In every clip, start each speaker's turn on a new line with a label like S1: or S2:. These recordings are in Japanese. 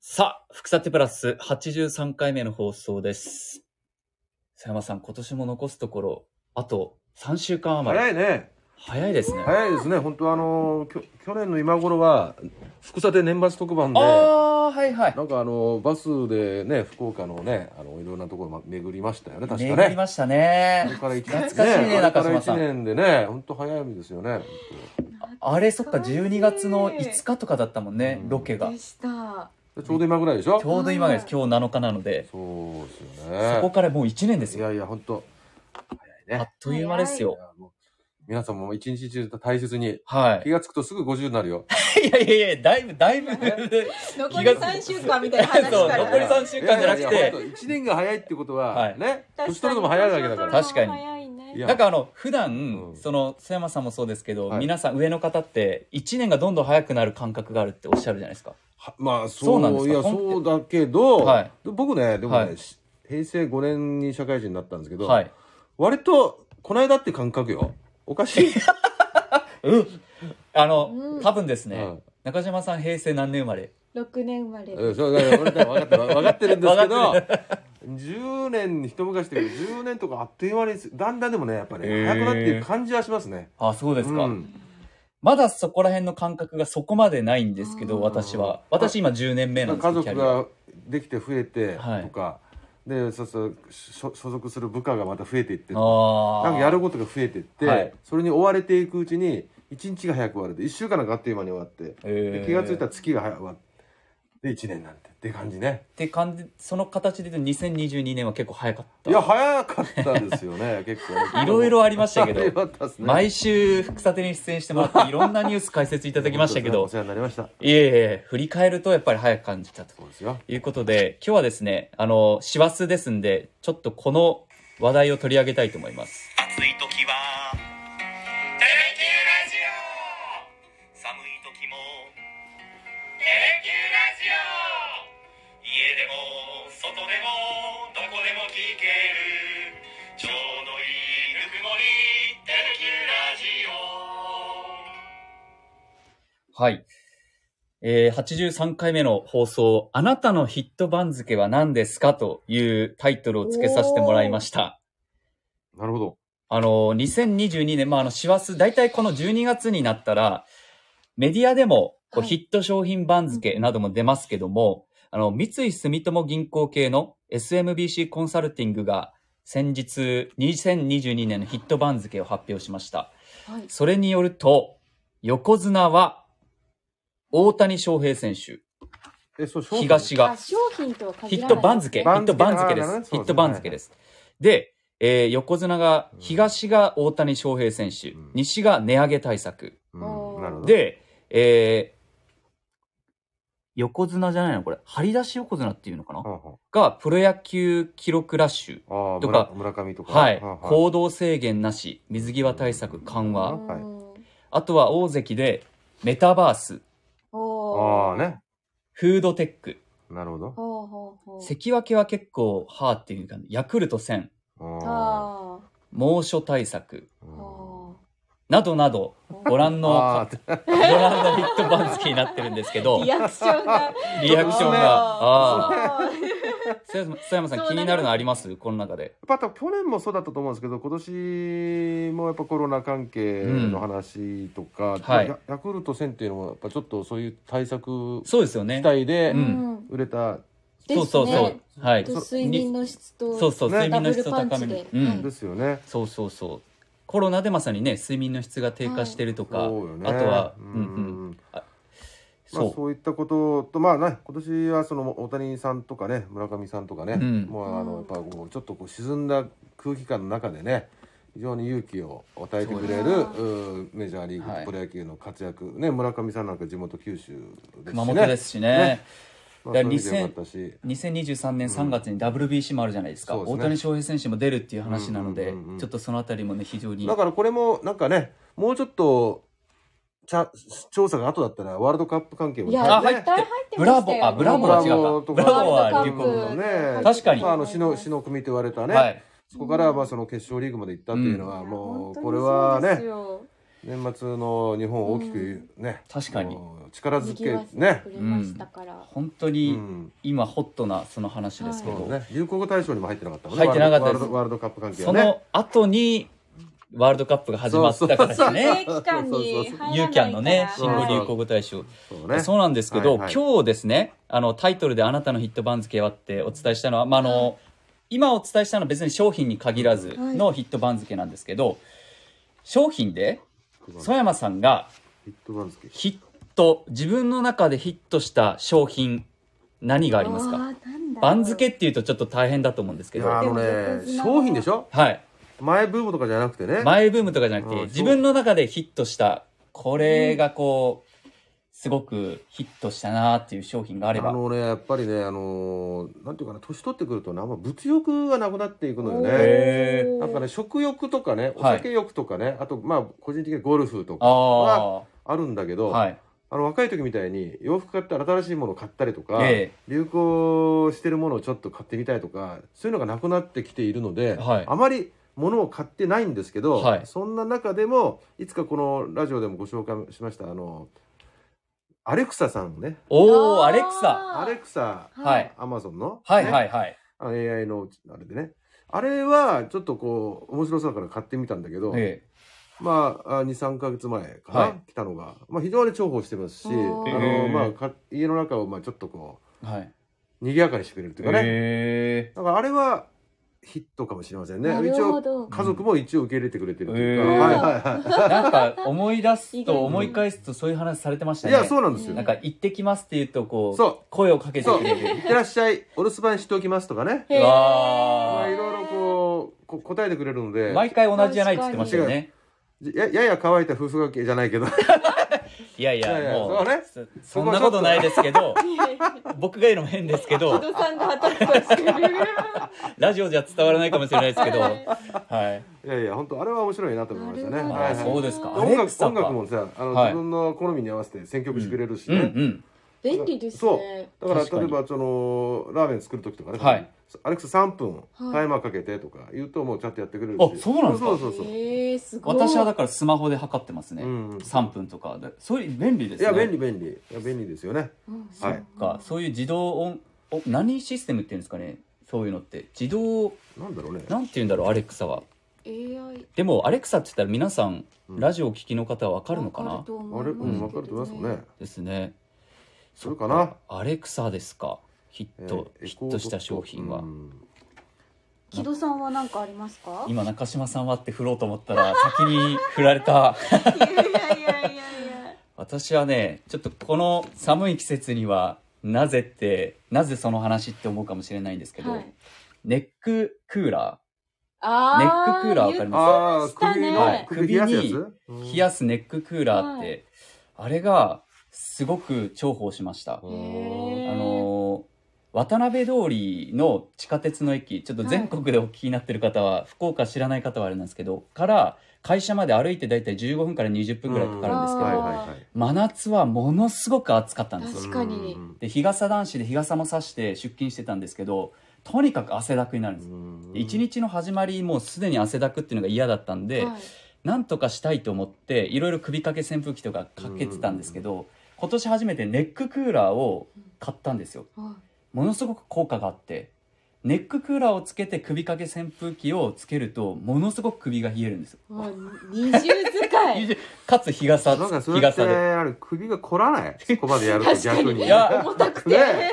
S1: さあ、福さてプラス83回目の放送です。佐山さん、今年も残すところ、あと3週間余り。
S2: 早いね
S1: 早いですね。
S2: 早いですね本当あのきょ去年の今頃は福さて年末特番で
S1: ああ、はいはい。
S2: なんかあのバスでね福岡のねあのいろんなところま巡りましたよね確か
S1: 巡り
S2: ね
S1: ました
S2: あ
S1: ね
S2: れ。から一年
S1: 懐かしいね
S2: あれか
S1: 中島
S2: ら
S1: さん
S2: 1年でね本当早いですよね
S1: あれ、そっか、12月の5日とかだったもんね
S2: う、ん
S1: ロケが
S3: で。した。
S2: でちょうど今ぐらいでしょ
S1: ちょうど今です。今日7日なので、
S2: そうですよね
S1: そこからもう1年です
S2: い
S1: よ。
S2: やいや本当
S1: あ
S2: や
S1: っという間です
S2: い
S1: よ。
S2: やもう皆さんも一日中大切に
S1: は
S2: 気がつくとすぐ50になるよ
S1: い。いやいやいや、だいぶ、だいぶ、
S3: 残
S1: 気
S3: り
S1: が
S3: 3週間みたいな話
S1: そう
S3: か
S1: 残り
S3: ら。
S1: 三週間じゃなくて
S2: 1年が早いってことは、
S1: はい
S2: ね年取るのも早いわけだから
S1: 確かに
S3: 早いね
S2: いや
S1: なんかあの普段、
S2: うん
S1: その須山さんもそうですけど、
S2: はい
S1: 皆さん上の方って1年がどんどん早くなる感覚があるっておっしゃるじゃないですか
S2: はまあそう
S1: そうなんですか
S2: いや
S1: ほん
S2: そうだけど、
S1: はい
S2: で僕ねでもね、
S1: はい
S2: し平成5年に社会人になったんですけど、
S1: はい
S2: 割とこの間って感覚よお かしい、
S1: うんあの、
S3: うん
S1: 多分です
S2: う
S1: ね、
S2: ん
S1: 中島さん平成何年生まれ
S3: 6年生まれ。
S2: うんそうだから俺ね分かってる分かってるんですけ
S1: わ
S2: ど10年に一昔って10年とかあっという間にだんだんでもねやっぱね、
S1: へー
S2: 早くなっている感じはしますね
S1: あそうですか、
S2: うん
S1: まだそこら辺の感覚がそこまでないんですけ
S3: う
S1: ど
S3: ん
S1: 私は私今10年目なんです
S2: 家
S1: けどキャ
S2: 族
S1: リア
S2: ができて増えて
S1: はい
S2: とか、でそうそう所所属する部下がまた増えていって
S1: あ
S2: なんかやる
S1: こ
S2: ことが増えてって、
S1: はい
S2: それに追われていくうちに一日が早く終わるで1週間なんかあっという間に終わって、
S1: と、
S2: で気がついたら月が早く終わって1年なんてって感じね
S1: って感じその形で言うと2022年は結構早かった
S2: いや早かったですよ ね結構
S1: いろいろありましたけど
S2: よかったですね
S1: 毎週福さてに出演してもらっていろんなニュース解説いただきましたけ
S2: お
S1: ど
S2: 世話になりました
S1: いえいえ、振り返るとやっぱり早く感じたと
S2: そうですよ
S1: いうことで、今日はですね、あの、師走ですんで、ちょっとこの話題を取り上げたいと思います。
S4: 暑い時は「テレキューラジオ」寒い時も「テレキューラジオ」家でも外でもどこでも聞けるちょうどいいぬくもり「テレキューラジオ」
S1: はい。えー、83回目の放送、あなたのヒット番付は何ですかというタイトルを付けさせてもらいました。
S2: なるほど
S1: あの、2022年、まあ、あの、師走、大体この12月になったら、メディアでも、こう、
S3: はい
S1: ヒット商品番付なども出ますけども、あの、三井住友銀行系の SMBC コンサルティングが、先日、2022年のヒット番付を発表しました。
S3: はい。
S1: それによると、横綱は、大谷翔平選手、
S2: えそう商品
S1: 東が
S3: あ、、商品とは
S1: ヒ
S3: 限ら
S1: ッ
S3: ない。
S1: ト番付、ヒ
S2: 番
S1: ッ
S2: 付
S1: ト番付で
S2: あーなる
S1: す。ヒ
S2: ほどそうですね
S1: ット番付です。で、えー横綱が、東が大谷翔平選手
S2: うん、
S1: 西が値上げ対策。
S2: うん
S3: おー
S2: なるほど
S1: で、えー横綱じゃないのこれ、張り出し横綱っていうのかな、
S2: はんはん
S1: が、プロ野球記録ラッシ
S2: あー
S1: と
S2: 村
S1: か
S2: 村上と
S1: ュ。
S2: か
S1: はい。
S2: んん
S1: 行動制限なし、水際対策緩
S3: う
S2: あ
S1: 和。
S3: ん
S2: はい
S1: あとは大関で、メタバース、
S2: あ
S3: おー
S2: あね
S1: フードテック。
S2: なるほど
S3: ほうほうほう。
S1: 関脇は結構、はーっていうか、ヤクルト1000、
S2: あ
S3: あー
S1: 猛暑対策、
S2: ー
S3: あー
S1: などなど、ご覧の、
S2: あ
S1: か
S2: ー
S1: ご覧のヒット番付になってるんですけど
S3: リ、アクションが。
S1: リアクションが。ああ。
S3: あ
S1: 須山須山さん気になるのありますこの中で。
S2: やっぱ去年もそうだったと思うんですけど今年もやっぱコロナ関係の話とか、
S1: んはい
S2: ヤヤクルト1000っていうのもやっぱちょっとそういう対策
S1: そうですよね
S2: 期。待で
S1: う
S3: ーうんん。
S2: 売れた
S3: ですね
S1: そうそうそう。はい。
S3: と睡眠の質と。
S1: そうそう、
S2: ね
S1: 睡眠の質を
S3: ダ
S1: 高める
S3: ブルパン。チ
S1: う
S3: で
S2: ん
S1: ん
S3: は
S2: で。すよね。
S1: そうそうそう。コロナでまさにね、睡眠の質が低下してるとか、
S2: そうよね
S1: あとは、う
S2: うんん
S1: うん。
S2: まあ、
S1: そう。
S2: そういったこととまあね今年はその大谷さんとかね村上さんとかね、
S1: うん
S2: もうあ
S3: うん
S2: のやっぱこうちょっとこう沈んだ空気感の中でね非常に勇気を与えてくれる
S3: そうです
S2: うんメジャーリーグ
S1: は
S2: と
S1: い
S2: プロ野球の活躍、ね村上さんなんか地元九州ですし
S1: 熊本
S2: ね
S1: ですしね。
S2: まあ、
S1: だ
S2: そ
S1: から
S2: れでよかったし
S1: 2023年3月に WBC もあるじゃないですか。
S2: そうです
S1: 大
S2: ね
S1: 谷翔平選手も出るっていう話なので
S2: うんうんうんう、ん
S1: ちょっとそのあたりもね、非常に
S2: だ。からこれもなんかねもうちょっとちゃ調査が後だったらワールドカップ関係も
S3: い
S2: ね
S3: や、
S1: あ入っ
S3: 絶
S1: て
S3: 対入って
S1: ブ
S3: ま
S1: ラ
S3: し
S1: ボ
S3: た
S1: ー、
S3: よね。
S1: あ、ブラボーは違
S2: ブラボ
S1: うか。
S2: ーと
S1: ブ
S2: か
S1: ラボーは流
S2: ブラボー
S1: 行
S2: のね
S1: 確かに
S2: まあ、あの死の死の組と言われた
S1: 語。
S2: ね、
S1: はい。
S2: そこからまあその決勝リーグまで行ったっていうのは、
S3: いや
S2: も
S3: 本
S2: う
S3: 当に
S2: これは
S3: そうです
S2: ね
S3: よ
S2: 年末の日本を大きくね、
S1: 確かに
S2: もう力づ
S3: にぎ
S2: け
S3: わせて
S2: ね
S3: く。れましたから、
S1: 本当
S2: う
S1: に
S2: ん、
S1: 今ホットなその話ですけ
S2: そ
S1: ど、
S2: うね。流行語大賞にも入ってなかったもんね。
S1: 入ってなかったです
S2: ワールドワールドカップ関係
S1: そ
S2: はね。
S1: の後にワールドカップが始まったからですね
S3: 定期間に入らないから
S1: ユーキャンのね新
S2: そう
S1: 語・流行語大賞
S2: そう
S1: そう,、
S2: ね。
S1: なんですけど、
S2: はいはい
S1: 今日ですねあのタイトルで「あなたのヒット番付は」ってお伝えしたのは、まあ、あの今お伝えしたのは別に商品に限らずのヒット番付なんですけど、商品で曽山さんが
S2: ヒット番付。
S1: ヒット自分の中でヒットした商品何がありますか
S3: ーなんだろう
S1: 番付っていうとちょっと大変だと思うんです
S2: い
S1: けど
S2: やあの
S3: でも横
S2: ね
S3: 綱
S2: 商品でしょ。
S1: はい
S2: 前ブームとかじゃなくてね。
S1: マイブームとかじゃなく
S2: うん
S1: て
S2: そう
S1: 自分の中でヒットしたこれがこうすごくヒットしたなっていう商品があ
S2: あ
S1: れば
S2: のねやっぱりねあのーなんていうかな年取ってくるとねあんま物欲がなくなっていくのよね。
S1: へー
S2: なんかね食欲とかねお
S1: はい
S2: 酒欲とかね、あとまあ個人的にはゴルフとか
S1: あ
S2: あるんだけ
S1: あ
S2: ど、
S1: はい
S2: あの若い時みたいに洋服買ったら新しいものを買ったりとか、
S1: え
S2: 流行してるものをちょっと買ってみたいとかそういうのがなくなってきているので、
S1: はい
S2: あまり物を買ってないんですけど、
S1: はい
S2: そんな中でもいつかこのラジオでもご紹介しましたあのアレクサさんね
S1: おおアレクサ
S2: アレクサ
S1: はい
S2: アマゾンの、
S1: はい
S2: ね
S1: はいはい
S2: あの AI のあれでねあれはちょっとこう面白さから買ってみたんだけど、
S1: え
S2: まあ、あ23か月前かな、
S1: はい
S2: 来たのが、まあ、非常に重宝してますしあ
S3: おー
S2: の、ま
S1: へ
S2: あ
S1: ー
S2: か、家の中をまあちょっとこ
S1: えはい
S2: にぎやかにしてくれるというかね、
S1: え
S2: だからあれはヒットかもしれませんね
S3: なる
S2: 一
S3: ほ
S2: 応
S3: ど
S2: 家族も一応受け入れてくれてるというか、
S1: うん
S2: はいはいは
S1: なんか思い出す
S3: 意外
S1: と
S3: に
S1: 思い返すとそういう話されてまし
S2: い
S1: た
S2: い
S1: ね
S2: やそうなんですよ、
S1: なんか行ってきますって言うとこう
S2: そ
S1: 声をかけ
S2: う
S1: て
S2: そ
S1: く
S2: う「
S1: れる
S2: いってらっしゃいお留守番しておきます」とかね
S3: へー
S1: わ
S2: ま
S1: ー
S2: あいろいろこうこ答えてくれるの で
S1: 毎回同じじゃないって言ってましたよね
S2: ややや乾いた夫婦関係じゃないけど
S1: いやい
S2: いやいや
S1: やも
S2: そううね
S1: そそんなことないですけ ど
S3: いやいや
S1: 僕が言うのも変ですけ
S3: 木
S1: ど
S3: 戸さんが働く声してる
S1: ラジオじゃ伝わらないかもしれないですけ ど、
S3: は
S1: はい
S3: い。
S2: いやいや本当あれは面白いなと思いましたね
S3: なるほど
S2: は
S1: あ
S2: いはい
S1: そうですか。ア
S2: 音
S1: レク
S2: 楽
S1: サ
S2: 音
S1: か。
S2: 楽
S1: う
S2: もさあの、
S1: はい
S2: 自分の好みに合わせて選曲してくれるし
S1: ん
S2: ね、
S1: うん。
S3: 便利です
S2: そう
S3: ね
S2: だ
S1: 確か
S2: から
S1: に
S2: 例えばそのラーメン作る時とかね、
S1: はい
S2: アレクサ3分
S3: はい
S2: タイマーかけてとか言うともうちゃんとやってくれるし
S1: あそうなんですか
S2: そうそうそう、
S3: えー、すごい
S1: 私はだからスマホで測ってますね。
S2: うんうん
S1: 3分とかで。そういう便利です
S2: い
S1: ね。
S2: や便利便利いや便利ですよね
S3: うん
S2: はい
S1: そっか。そういう自動音、お何システムっていうんですかね。そういうのって。自動、
S2: なんだろうね
S1: なんて言うんだろう、アレクサは。
S3: AI
S1: でも、アレクサって言ったら皆さん、
S2: うん
S1: ラジオを聞きの方はわかるのかな
S3: あれ、う
S2: あれ、うん、分かると思いますもんね、
S1: ですね。
S2: それかな
S1: アレクサですか。ヒット、
S2: えーエ
S1: ヒ
S2: コー
S1: ットした商品は。
S2: うん
S3: 木戸さんは何かありますか
S1: 今、中島さんはって振ろうと思ったら、先に振られた。
S3: いやいやいやいやいや
S1: 私はねちょっとこの寒い季節にはなぜってなぜその話って思うかもしれないんですけど、
S3: はい
S1: ネッククーラ
S3: あ
S1: ネッククーラーわかり
S2: あ
S3: ます
S2: あ首の、
S1: はい
S2: 首冷やすや
S1: 首に
S2: つ、う
S1: ー
S2: ん
S1: 冷やすネッククーラーって、
S3: は
S1: あれがすごく重宝しました、
S2: う
S3: へ
S2: ん
S1: あのー渡辺通りの地下鉄の駅ちょっと全国でお聞きになってる方は、福岡知らない方はあれなんですけどから会社まで歩いて大体15分から20分ぐらいかかるんですけど、
S2: はいはいはい
S1: 真夏はものすごく暑かったんですよ
S3: 確かに
S2: うん
S1: で日傘男子で日傘も差して出勤してたんですけどとにかく汗だくになるんです、
S2: うん
S1: で一日の始まりもうすでに汗だくっていうのが嫌だったんで、
S3: はい
S1: なんとかしたいと思っていろいろ首掛け扇風機とかかけてたんですけど、今年初めてネッククーラーを買ったんですよ
S3: は
S1: ものすごく効果があってネッククーラーをつけて首掛け扇風機をつけるとものすごく首が冷えるんですよ、
S3: いはい二重使い
S1: かつ日傘
S2: なんかそ
S1: 日
S2: れって
S1: 傘で
S2: あれ首が凝らないそこまでやると
S3: 確
S2: 逆
S3: か
S2: に
S3: に
S1: いや
S3: 重たくて、
S2: ねえ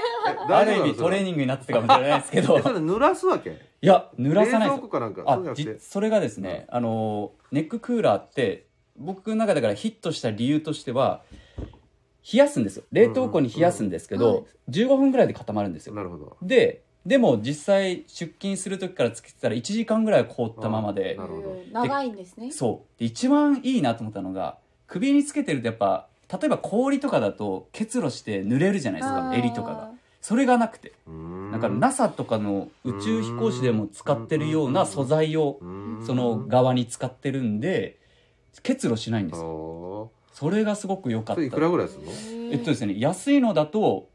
S1: ある意味トレー
S2: ン
S1: ニングになってたかもしれないですけど
S2: グそれ濡らすわけ
S1: いや濡らさないで
S2: 冷蔵
S1: す
S2: 庫かなんか
S1: あ
S2: そうじゃな
S1: じ
S2: くて
S1: それがですね、あのネッククーラーって僕の中だからヒットした理由としては冷やすんですよ冷凍庫に冷やすんですけど、
S3: うんうん
S1: 15分ぐらいで固まるんですよ
S2: なるほど
S1: ででも実際出勤する時からつけてたら1時間ぐらいは凍ったままで
S2: なるほど
S3: うん長いんですね
S1: そうで一番いいなと思ったのが首につけてるとやっぱ例えば氷とかだと結露して濡れるじゃないです
S3: あ
S1: か
S3: ー
S1: 襟とかがそれがなくて
S2: な
S1: だから NASA とかの宇宙飛行士でも使ってるような素材をその側に使ってるんで結露しないんですよ
S2: そ
S1: それがすごく良かっ
S2: れ
S1: た
S2: いくらぐらいするの
S3: へ
S1: えっとですね安いのだと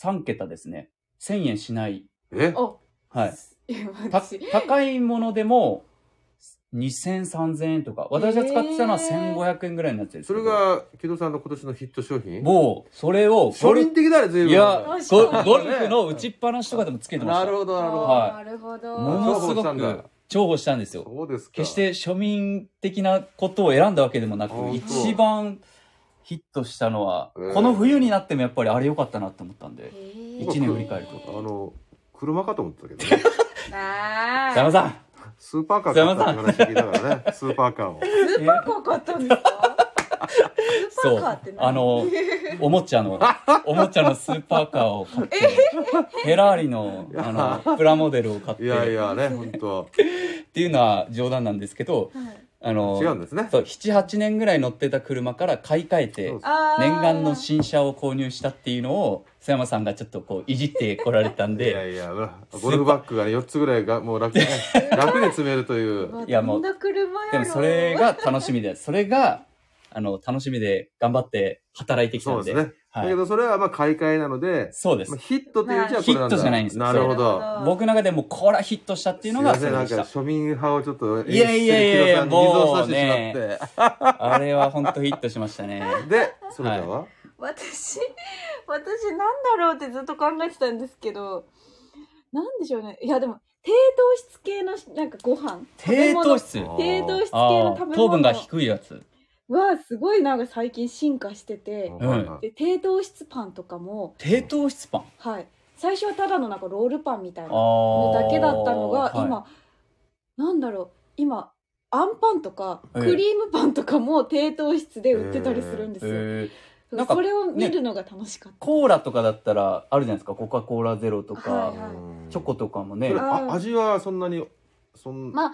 S1: 3桁ですね1000円しない
S2: え
S3: あ
S1: はい
S3: いや
S1: た
S3: 私
S1: 高いものでも20003000円とか私が使ってたのは1500円ぐらいのやつです
S2: そ
S1: けど
S2: れが木戸さんの今年のヒット商品
S1: もうそれを
S2: 庶民的だね随分
S1: いやゴ
S3: 確かに
S1: ゴルフの打ちっぱなしとかでもつけてました
S2: なるほどなるほど
S1: はい
S3: なるほ
S1: ものすご
S2: 重宝
S3: ど。
S2: したんだ
S1: く重宝したんですよ
S2: そうですか
S1: 決して庶民的なことを選んだわけでもなく
S2: あ本当
S1: 一番ヒットしたのは、
S2: えー
S1: この冬になってもやっぱりあれ良かったなって思ったんで
S3: 一
S1: 一年振り返ると
S2: あの車かと思ってたけどね
S3: な
S1: 佐山
S3: あ。
S1: さん
S2: スーパーカー買ったって話聞いたか らねスーパーカーを
S3: スーパーカー買ったんですか。スーパ
S1: そ
S3: ーカーっ
S1: う
S3: て何。
S1: あ のおもちゃ のおもちゃのスーパーカーを買ってフェラーリのあ のプラモデルを買って
S2: いやいやね本当
S1: っていうのは冗談なんですけど
S3: はい。
S1: あの
S2: 違うんですね
S1: そう78年ぐらい乗ってた車から買い替えて
S2: そう
S3: あー
S1: 念願の新車を購入したっていうのを須山さんがちょっとこういじってこられたん
S2: いや
S1: で
S2: いやゴルフバッグがね4つぐらいがもう楽に楽に詰めるという
S1: いやもう
S3: どんな車やろ
S1: でもそれが楽しみでそれがあの楽しみで頑張って働いてきた
S2: そ
S1: ん
S2: う
S1: で
S2: ですね
S1: は
S2: だ
S1: い
S2: けどそれはまあ買い替えなので
S1: そうです
S2: まあヒットという字はこれなんだ
S1: ヒットじゃないんです
S2: なるほど
S3: なるほど
S1: 僕の中でもこれはヒットしたっていうのが
S2: すい
S1: それ
S2: ま
S1: で
S2: せ
S1: し
S2: んな
S1: た
S2: んか庶民派をちょっと
S1: いやいやいやいや
S2: 演出して木戸さんに
S1: もう
S2: 水
S1: ね
S2: を差してし
S1: あれは本当ヒットしましたね。
S2: まってでそれでは
S3: 私 私なんだろうってずっと考えてたんですけどなんでしょうねいやでも低糖質系のなんかご飯
S1: 低糖質。
S2: 食
S3: 低糖質系
S1: あ
S3: の
S1: あ
S3: 食べ物
S1: 糖分が低いやつ。
S3: はすごいなんか最近進化してて
S1: ん
S2: はいはい
S3: で低糖質パンとかも
S1: 低糖質パン。
S3: はい最初はただのなんかロールパンみたい
S1: あ
S3: な
S1: あ
S3: の。だけだったのが
S1: はい
S3: 今なんだろう今あんパンとか
S1: ええ
S3: クリームパンとかも低糖質で売ってたりするんですよ、
S1: えー
S3: そう
S1: なんか
S3: それを見るのが楽しかった、
S1: コーラとかだったらあるじゃないですか。コカコーラゼロとか、
S3: はいはい
S2: うん
S1: チョコとかも
S2: そ
S1: ね
S2: れ。
S3: あ
S2: あ味はそんなにそん
S3: まあ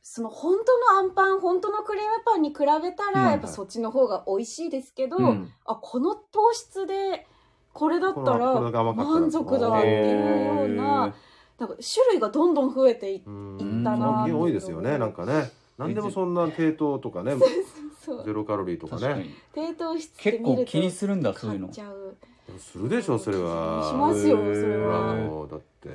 S3: その本当のあんパン本当のクリームパンに比べた
S1: うん
S3: らやっぱそっちの方が美味しいですけど、
S1: うん
S3: あこの糖質でこれだった
S2: このこれ
S3: ら
S2: が甘かったら
S3: 満足だっていうようななんか種類がどんどん増えていっ
S2: うん
S1: だな
S2: 最近多いですよねなんかね何でもそんな低糖とかね
S3: そう
S2: ゼロカロリーとか
S1: 確か
S2: ね
S1: に。
S3: 低糖質って
S1: 結
S3: 見
S1: 構
S3: ると
S1: 気にするんだそういう
S3: 買っ
S1: の。
S3: ちゃう
S2: するでしょそれは
S3: しますよ
S1: へー
S3: それ
S2: それは
S3: は
S2: もうだって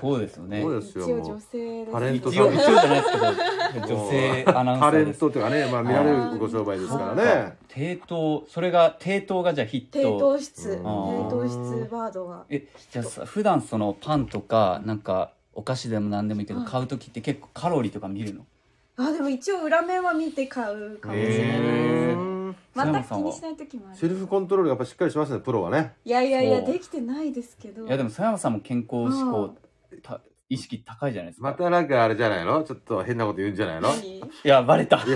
S1: そうですよね
S2: そ。うです
S3: 一
S2: よ
S3: 応女性です
S2: タレント
S1: 一
S2: さ
S1: 応
S2: ん
S1: 一応じゃないですけど、 女性アナウンサ
S2: タレ
S1: ーで
S2: ン
S1: す。
S2: トというかねまあ見られるご商売ですからね
S1: 低糖、それが低糖がじゃあヒ
S3: 低糖質
S2: うん
S3: 低糖質ワードが
S1: えじゃあさ普段そのパンとかなんかお菓子でも何でもいいけど買う時って結構カロリーとか見るの
S3: あでも一応裏面は見て買うかもしれな
S1: へ
S3: いです
S1: ー
S2: うん
S3: 全く気にしない時もあ
S2: セル
S3: る
S2: フコントロールやっぱしっかりしますねプロはね
S3: いやいやいや
S1: そう
S3: できてないですけど
S1: いやでも佐山さんも健康志向た意識高いじゃないですか、
S2: またなんかあれじゃないのちょっと変なこと言うんじゃないの
S3: 何
S1: いやバレた バレ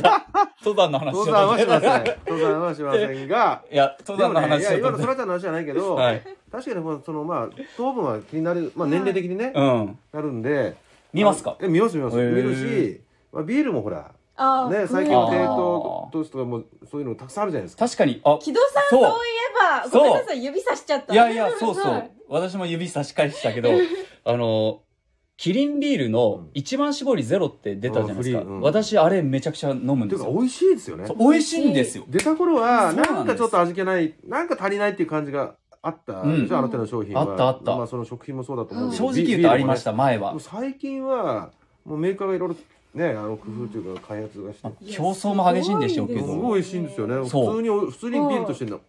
S1: た登山の話
S2: 登山はしません
S1: い
S2: 登山はしませんが
S1: や登山の
S2: でもね、い
S1: 話
S2: や
S1: を
S2: 今のそらちゃんの話じゃないけど、
S1: はい
S2: 確かにそのまあ糖分は気になる、まあ、年齢的にね、
S1: うん
S2: なるんで
S1: 見ますか
S2: あえ見ます見ます
S1: へ
S2: 見
S1: ー
S2: るし、まあ、ビールもほら、
S3: あ
S2: ね、最近
S1: は
S2: の
S1: あ
S2: 低
S1: ー
S2: 糖糖質とかもそういうのたくさんあるじゃないですか
S1: 確かにあ
S3: 木戸さん
S1: そう
S3: そういえば
S1: そう
S3: ごめんなさい指さしちゃった
S1: いやいやそうそ
S3: は
S1: う
S3: い
S1: 私も指差し返したけどあのキリンビールの一番搾りゼロって出たじゃないですか、
S2: あフリーうん
S1: 私あれめちゃくちゃ飲むん
S2: っ
S1: で
S2: てい
S1: す
S2: うか
S1: よ
S2: 美味しいですよね
S1: そう美味しいんですよ
S2: 出た頃は
S1: そうなんです
S2: なんかちょっと味気ないなんか足りないっていう感じがあった、
S1: うん
S2: じゃああなたの商品は
S1: あったあった
S2: まあ、その食品もそうだと思うけど
S1: 正直言うとありました前
S2: ビー
S1: は
S2: ルもねでも最近はもうメーカーがいろいろねあの工夫というか開発がして、
S3: いや
S1: 競争も激しいんでしょうけ
S2: す
S1: ど
S3: ご
S2: ごい美味しいんですよね普
S1: そう
S2: 通にお普通にビールとしての、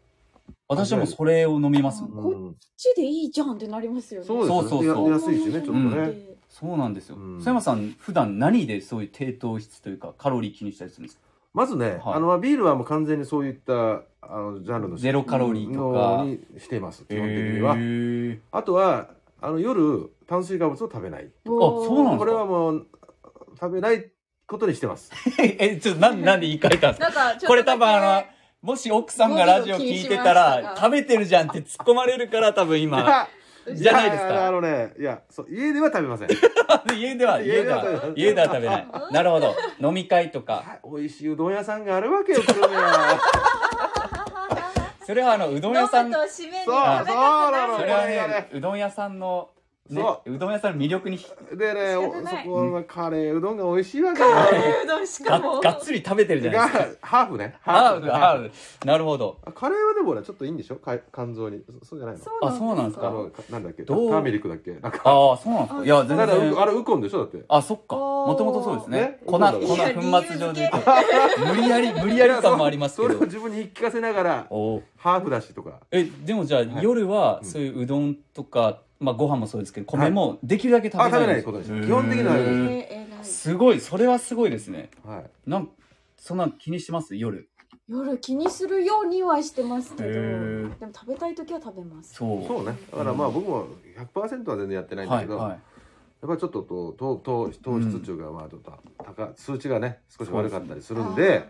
S1: 私はもうそれを飲みますもん
S3: こ
S2: うん
S3: こっちでいいじゃんってなりますよね
S2: そうです
S1: そうそうそう
S2: や安いしねちょっとね、
S1: うんそうなんですよ。
S2: うん
S1: 須山さん、普段何でそういう低糖質というか、カロリー気にしたりするんですか
S2: まずね、
S1: はい
S2: あのビールはもう完全にそういったあのジャンルの
S1: ゼロカロリーとか
S2: のにしています基本的には、
S1: へー
S2: あとはあの夜炭水化物を食べない
S3: あ
S1: そうなの
S2: これはもう食べないことにしてます
S1: え、ちょっとなんなんで言い換えたんですか
S3: なんかちょっとだけ
S1: これ多分あの、もし奥さんがラジオ聞いてたら、
S3: ゴ
S1: 食べてるじゃんって突っ込まれるから多分今、 じゃないですか
S2: やあのねいやそう家では食べません
S1: 家では、家
S2: 家
S1: で
S2: では
S1: は、家では食べない。なるほど。飲み会とか。
S2: あ美味しいうどん屋さんがあるわけ よこれは
S1: それはあの、うどん屋さん、
S3: 飲む
S1: そ
S3: と締めに
S2: そ
S3: 食べ
S2: う
S3: たくな
S2: そうな
S3: る
S2: の
S1: れはね、うどん屋さんのね
S2: そう
S1: どん屋さんの魅力にひ
S2: でね、お
S3: 仕方
S2: そ
S3: ない
S2: こはカレーうどんが美味しいわけ
S3: カ
S2: よ。
S3: レーうどんし
S1: が
S3: かも
S1: がっつり食べてるじゃない
S2: が
S1: ですか。
S2: ハーフね。
S1: ハーフハ
S2: フ。
S1: ーフなるほど。
S2: あカレーはでもね、ちょっといいんでしょか肝臓に。そそうじゃないの
S3: そうなん
S1: あ
S3: です
S1: そうなんです
S2: あ
S1: か
S2: の、かなんだっけタタ
S1: どう
S2: ーメリックだっけなんか。
S1: ああそうなんですか。いや
S2: だ
S1: 全
S2: からう
S1: 然。
S2: あれウコンでしょだって。
S1: あそっか。
S3: おー
S1: もともとそうですね
S2: ね。
S1: 粉粉
S2: そうだ
S1: 粉
S3: ね
S1: 末状で言うと無理やり無理やり感もありますけ
S2: それを
S1: ど。
S2: 自分に言い聞かせながら、
S1: おー
S2: ハーフだしとか。
S1: えでもじゃあ
S2: はい
S1: 夜は
S2: うん
S1: そういううどんとかまあご飯もそうですけど米もできるだけ食
S2: あ、
S1: べ
S2: 食べ
S1: な
S2: ないいことにし
S1: へ
S2: て
S1: ー
S2: 基本的な
S3: え
S2: は
S1: う
S2: ね
S1: ん
S3: ー、偉い
S1: すごいそれはすごいですね。
S2: はい。
S1: なんそんな気にしてます夜。
S3: 夜気にするようにはしてますけど
S1: へー
S3: でも食べたい時は食べます
S1: そう。
S2: そうね。だからまあ僕も100%は全然やってないんだ
S1: は
S2: け
S1: い
S2: ど、
S1: は
S2: や
S1: い。
S2: っぱりちょっとと糖糖糖質っていうかまあちょっと高数値がね少し悪かったりするんで、
S3: そう
S2: や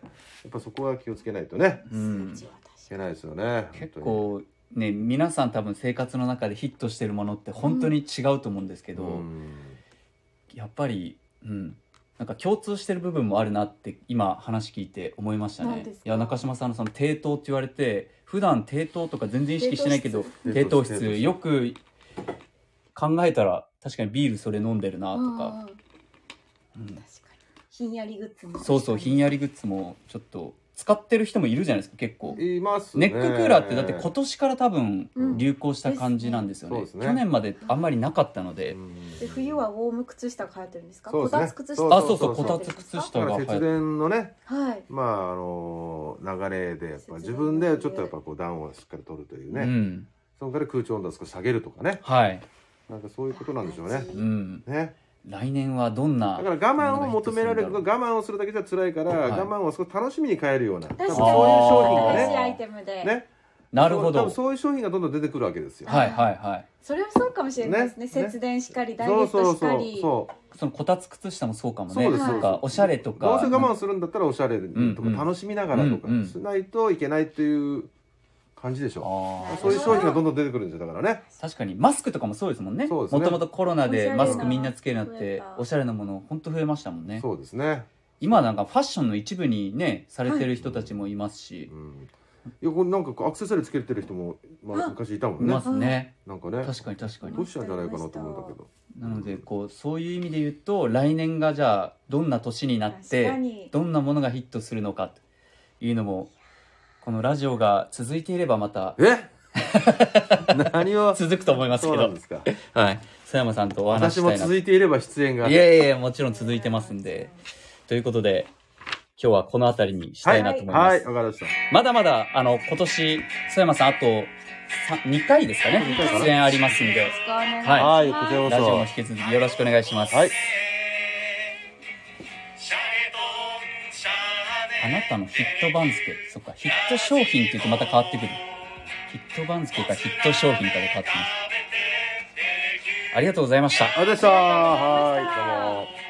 S2: っぱそこは気をつけないとね
S1: うん
S3: 数値は確
S2: い
S3: か
S2: けないですよね。
S1: 結
S2: 本
S1: 構ね皆さん多分生活の中でヒットしてるものって本当に違うと思うんですけ
S2: 当
S1: ど、
S2: にうん
S1: やっぱりうんなんか共通してる部分もあるなって今話聞いて思いました
S3: 何
S1: ね
S3: ですか
S1: いや中島さんのその低糖って言われて普段低糖とか全然意識してないけど
S2: 低糖
S1: 低糖質
S2: 質低糖質
S1: よく考えたら確かにビールそれ飲んでるなと
S3: に
S1: か、
S3: う
S1: う
S3: ん
S1: ん
S3: 確かにひんやりグッズも
S1: そうそうひんやりグッズもちょっと使ってる人もいるじゃないですか結構
S2: います
S1: ネ
S2: ね。
S1: ッククーラーってだって今年から多分
S3: うん
S1: 流行した感じなんですよね,、
S2: そうですね
S1: 去年まであんまりなかったので、
S2: うん
S3: で冬はウォーム靴下が流行ってるんですか
S2: そう
S3: こ
S2: ですね
S3: たつ靴下
S1: あそうそうこ
S2: そ
S1: た
S2: う
S1: つ靴
S2: だ
S1: 下
S2: か
S1: が
S2: ら
S1: 流行
S2: 節
S1: って
S2: 電のね、
S3: はい
S2: まああの流れでやっぱ自分でちょっとやっぱこう暖をしっかり取るというね、
S1: うん
S2: そのから空調温度を少し下げるとかね、
S1: はい、
S2: なんかそういうことなんでしょうね。
S1: うん、
S2: ね、
S1: 来年はどんな
S2: だから我慢を求められる
S1: も
S2: 我
S1: のが
S2: 慢をするだけじゃ辛いから、
S1: はい
S2: 我慢を少し楽しみに変えるような多分
S3: 確かに
S2: そういう商品が
S3: 新しい
S2: ね
S3: アイテムで、
S2: ね
S1: なるほ
S2: 多
S1: ど
S2: 分そういう商品がどんどん出てくるわけですよ。
S1: はいはいはい
S3: それはそうかもしれないですね
S2: ね
S3: 節電しかりダイエ
S2: そう
S3: ッ
S2: そう
S3: トし
S2: そ
S3: か
S2: う
S3: り
S2: そう
S1: そのこたつ靴下もそうかも
S2: そ
S1: ね
S2: うです
S1: なんかおしゃれと
S2: ど
S1: か
S2: うせ我慢するんだったらおしゃれとか
S1: うんうん
S2: 楽しみながらとか
S1: うんうん
S2: しないといけないっていう感じでしょ、
S1: あー
S2: そういう商品がどんどん出てくるんですよだからね
S1: 確かにマスクとかもそうですもんね
S2: そう
S1: も
S2: ですね
S1: ともとコロナ
S3: おしゃ
S1: で
S3: れな
S1: マスクみんなつけるようになっ
S3: 増え
S1: て
S3: た
S1: おしゃれなもの本当増えましたもんね
S2: そうですね、
S1: 今なんかファッションの一部にねされてる人たちもいますし
S2: う、ん、いやこれなんかこうアクセサリーつけてる人も、まあ、
S3: あ
S2: 昔いたも
S1: い
S2: んね
S1: ますね
S2: なんかね
S1: 確かに確かに
S2: どうしたんじゃないかなと思うんだけど
S1: なのでこうそういう意味で言うと来年がじゃあどんな年になっ
S3: 確か
S1: て
S3: に
S1: どんなものがヒットするのかというのもこのラジオが続いていればまた
S2: え 何を
S1: 続くと思います
S2: そ
S1: け
S2: うな
S1: ど
S2: んですか
S1: はい佐山さんとお話しした
S2: 私も
S1: いな
S2: 続いていれば出演が
S1: いやいやいやもちろん続いてますんでということで今日はこの辺りにしたいなと思います、
S2: はいわかりました
S1: まだまだあの今年佐山さんあと2回ですかね
S2: 二回かな
S1: 出演ありますんで
S3: お願いします
S1: はい
S2: はいこちら
S1: ラ
S2: こ
S1: ジオも
S2: そ
S1: 引き続きよろしくお願いします、
S2: はい
S4: シャレとンシャ
S1: あ
S4: レ
S1: なたのヒット番付そっかヒット商品って言うとまた変わってくるヒット番付かヒット商品かで変わってきますありがとうございました
S2: ありがとうございましたはいどうも